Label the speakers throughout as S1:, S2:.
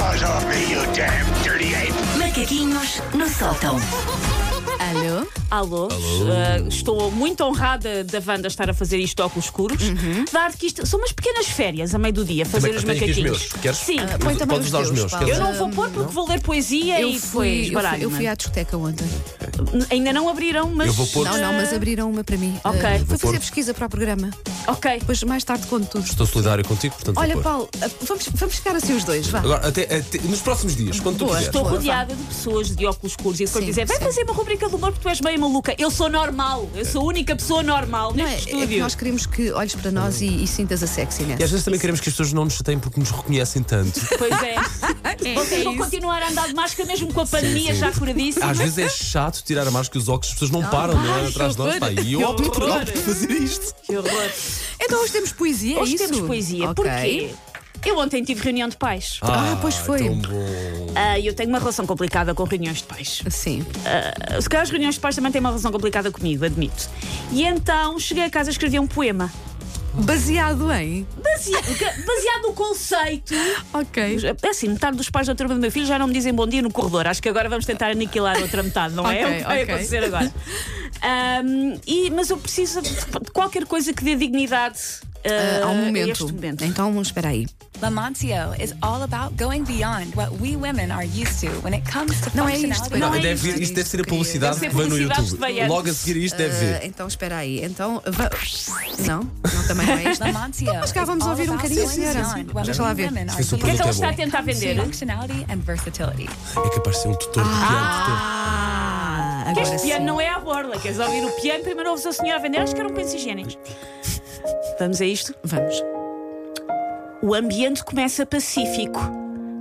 S1: You damn dirty ape!
S2: Macaquinhos no sótão. Alô?
S3: Alô, eh, estou muito honrada da Wanda estar a fazer isto óculos escuros.
S2: Uhum.
S3: Dado que isto são umas pequenas férias a meio do dia, fazer
S4: Também-
S3: os
S4: eu tenho aqui os
S3: macaquinhos.
S4: meus. Queres? Ah,
S3: Sim,
S4: põe também Podes os usar os teus, meus, Paulo. queres?
S3: eu não vou pôr porque vou ler poesia
S2: Eu
S3: e
S2: fui,
S3: depois
S2: eu
S3: baralho.
S2: fui, eu fui à discoteca ontem.
S3: Ainda não abriram, mas. ah,
S4: Eu vou pôr-
S2: Não, não, mas abriram uma para mim. Eh,
S3: Ok.
S2: fui
S4: Vou
S2: fazer
S4: pôr.
S2: pesquisa para o programa.
S3: Ok.
S2: Depois mais tarde conto tudo.
S4: Estou solidário contigo, portanto.
S2: Olha,
S4: vou pôr.
S2: Paulo, eh, vamos, vamos ficar assim os dois, vá.
S4: Agora, até, até- nos próximos dias, quando tu
S2: Boa.
S4: quiseres.
S3: Estou
S2: Boa,
S3: rodeada de pessoas de óculos escuros e depois
S2: Sim,
S3: dizer vai
S2: sim.
S3: fazer uma rubrica do humor porque tu és bem maluca. Eu sou normal, eu sou a única pessoa normal
S2: Não,
S3: neste
S2: é, é que
S3: estúdio.
S2: nós queremos que olhes para nós e, e sintas a sexy, né?
S4: E às vezes também queremos que as pessoas não nos chateiem porque nos reconhecem tanto.
S3: Pois é. Vocês
S2: é
S3: vão continuar a andar de máscara mesmo com a pandemia
S4: sim.
S3: já curadíssima.
S4: Às vezes é chato tirar a máscara e os óculos, as pessoas não, param, não é?
S3: que
S4: Atrás de nós.
S3: horror.
S4: Pá, e eu
S3: Que
S4: opto por,
S3: horror.
S4: opto por fazer isto.
S3: Que horror.
S2: Então hoje temos poesia, é
S3: Hoje
S2: isso?
S3: temos poesia.
S2: Ok.
S3: Porquê? Eu ontem tive reunião de pais.
S2: Ah, pois foi.
S4: Tão bom.
S3: Ah, eu tenho uma relação complicada com reuniões de pais.
S2: Sim.
S3: Ah, se calhar as reuniões de pais também têm uma relação complicada comigo, admito. E então cheguei a casa e escrevi um poema.
S2: Baseado em.
S3: Basea- que- baseado no conceito.
S2: Ok.
S3: É assim, metade dos pais da turma do meu filho já não me dizem bom dia no corredor. Acho que agora vamos tentar aniquilar a outra metade, não é?
S2: Ok,
S3: é o que vai
S2: ok.
S3: acontecer agora. Ahm, e- mas eu preciso de de qualquer coisa que dê dignidade
S2: Ah,
S3: ah,
S2: Há um
S3: a
S2: momento.
S3: este momento.
S2: Então, espera aí.
S5: Lamontio is all about going beyond what we women are used to when it comes to
S2: Não é
S5: functionality.
S2: isto,
S3: Não
S4: Não,
S3: é
S4: deve
S2: isto,
S4: vir- isto deve ser a
S2: querido.
S4: publicidade
S3: Deve ser
S4: que vem no
S3: publicidade que vem
S4: YouTube.
S3: antes.
S4: Logo a seguir a isto deve
S2: Ah,
S4: vir.
S2: então, espera aí. Então. va- Não? Não, também não é isto?
S5: Lamontio
S2: Mas cá
S5: is
S2: vamos
S5: all
S2: ouvir um
S5: about
S2: bocadinho,
S5: going
S2: senhora.
S5: beyond what
S2: Deixa lá
S5: we
S2: ver.
S5: women are
S4: Isso é
S5: used
S4: super
S3: O que é que ela
S4: Muito bom.
S3: está a tentar vender?
S5: to functionality and versatility.
S4: É capaz de ser um tutor de piano.
S2: Ah,
S3: Que
S2: agora
S3: este
S2: sim.
S3: piano não é à borla. Queres ouvir o piano? Primeiro ouves a senhora a vender. Acho que eram pensos higiênicos. Vamos a isto?
S2: Vamos.
S3: O ambiente começa pacífico.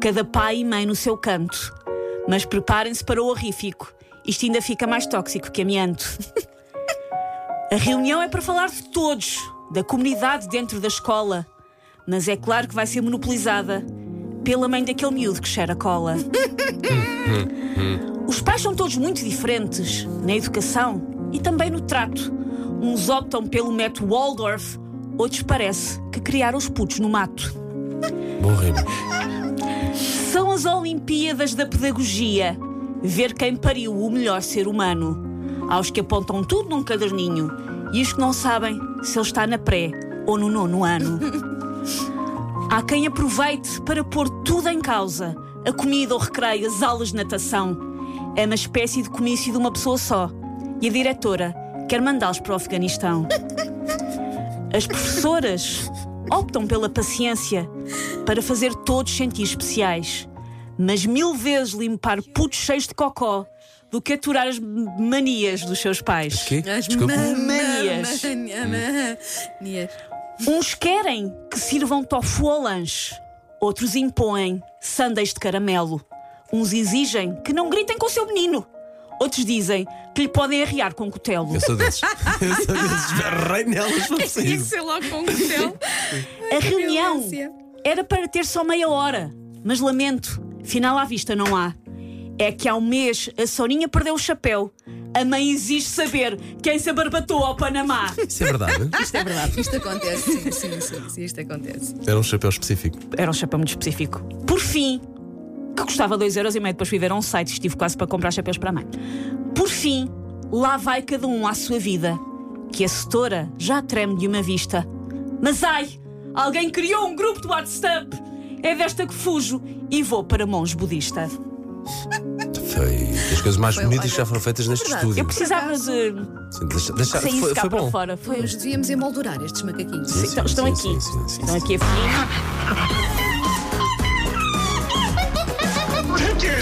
S3: Cada pai e mãe no seu canto. Mas preparem-se para o horrífico. Isto ainda fica mais tóxico que amianto. A reunião é para falar de todos, da comunidade dentro da escola. Mas é claro que vai ser monopolizada pela mãe daquele miúdo que cheira cola. Os pais são todos muito diferentes na educação e também no trato. Uns optam pelo método Waldorf, outros parece que criaram os putos no mato.
S4: Bom rimo.
S3: São as Olimpíadas da Pedagogia. Ver quem pariu o melhor ser humano. Há os que apontam tudo num caderninho e os que não sabem se ele está na pré ou no nono ano. Há quem aproveite para pôr tudo em causa: a comida, o recreio, as aulas de natação. É uma espécie de comício de uma pessoa só. E a diretora quer mandá-los para o Afeganistão. As professoras optam pela paciência para fazer todos sentir especiais, mas mil vezes limpar putos cheios de cocó do que aturar as manias dos seus pais.
S4: Quê?
S2: As
S4: Desculpa.
S3: manias.
S2: manias.
S3: Uns querem que sirvam tofu ao lanche, outros impõem sundaes de caramelo. Uns exigem que não gritem com o seu menino, outros dizem que lhe podem arrear com cutelo.
S4: Eu sou desses. Eu sou desses. Berrei nelas, foi preciso.
S2: Sei lá com o céu.
S3: A reunião
S2: violência.
S3: era para ter só meia hora, mas lamento, final à vista não há. É que há um mês a Soninha perdeu o chapéu. A mãe exige saber quem se abarbatou ao Panamá.
S4: Isso é verdade.
S2: Isto é verdade. Isto acontece. Sim, sim, sim, sim, isto acontece.
S4: Era um chapéu específico.
S3: Era um chapéu muito específico. Por fim, que custava 2,5€, depois fui ver a um site, estive quase para comprar chapéus para a mãe. Por fim, lá vai cada um à sua vida, que a setora já treme de uma vista. Mas ai, alguém criou um grupo de WhatsApp! É desta que fujo e vou para mãos budista.
S4: Foi das coisas mais
S2: Foi,
S4: bonitas
S2: olha,
S4: que já foram feitas neste
S2: verdade.
S4: estúdio.
S3: Eu precisava de
S4: Sim, deixa- deixa-
S3: sair
S4: foi,
S3: cá
S4: foi
S3: para
S4: bom.
S3: fora. Foi-
S2: Nós devíamos emoldurar estes macaquinhos.
S4: Sim,
S3: Estão,
S4: sim,
S3: estão
S4: sim,
S3: aqui.
S4: sim, sim, sim,
S3: estão
S4: sim.
S3: aqui a fugir.
S1: Take your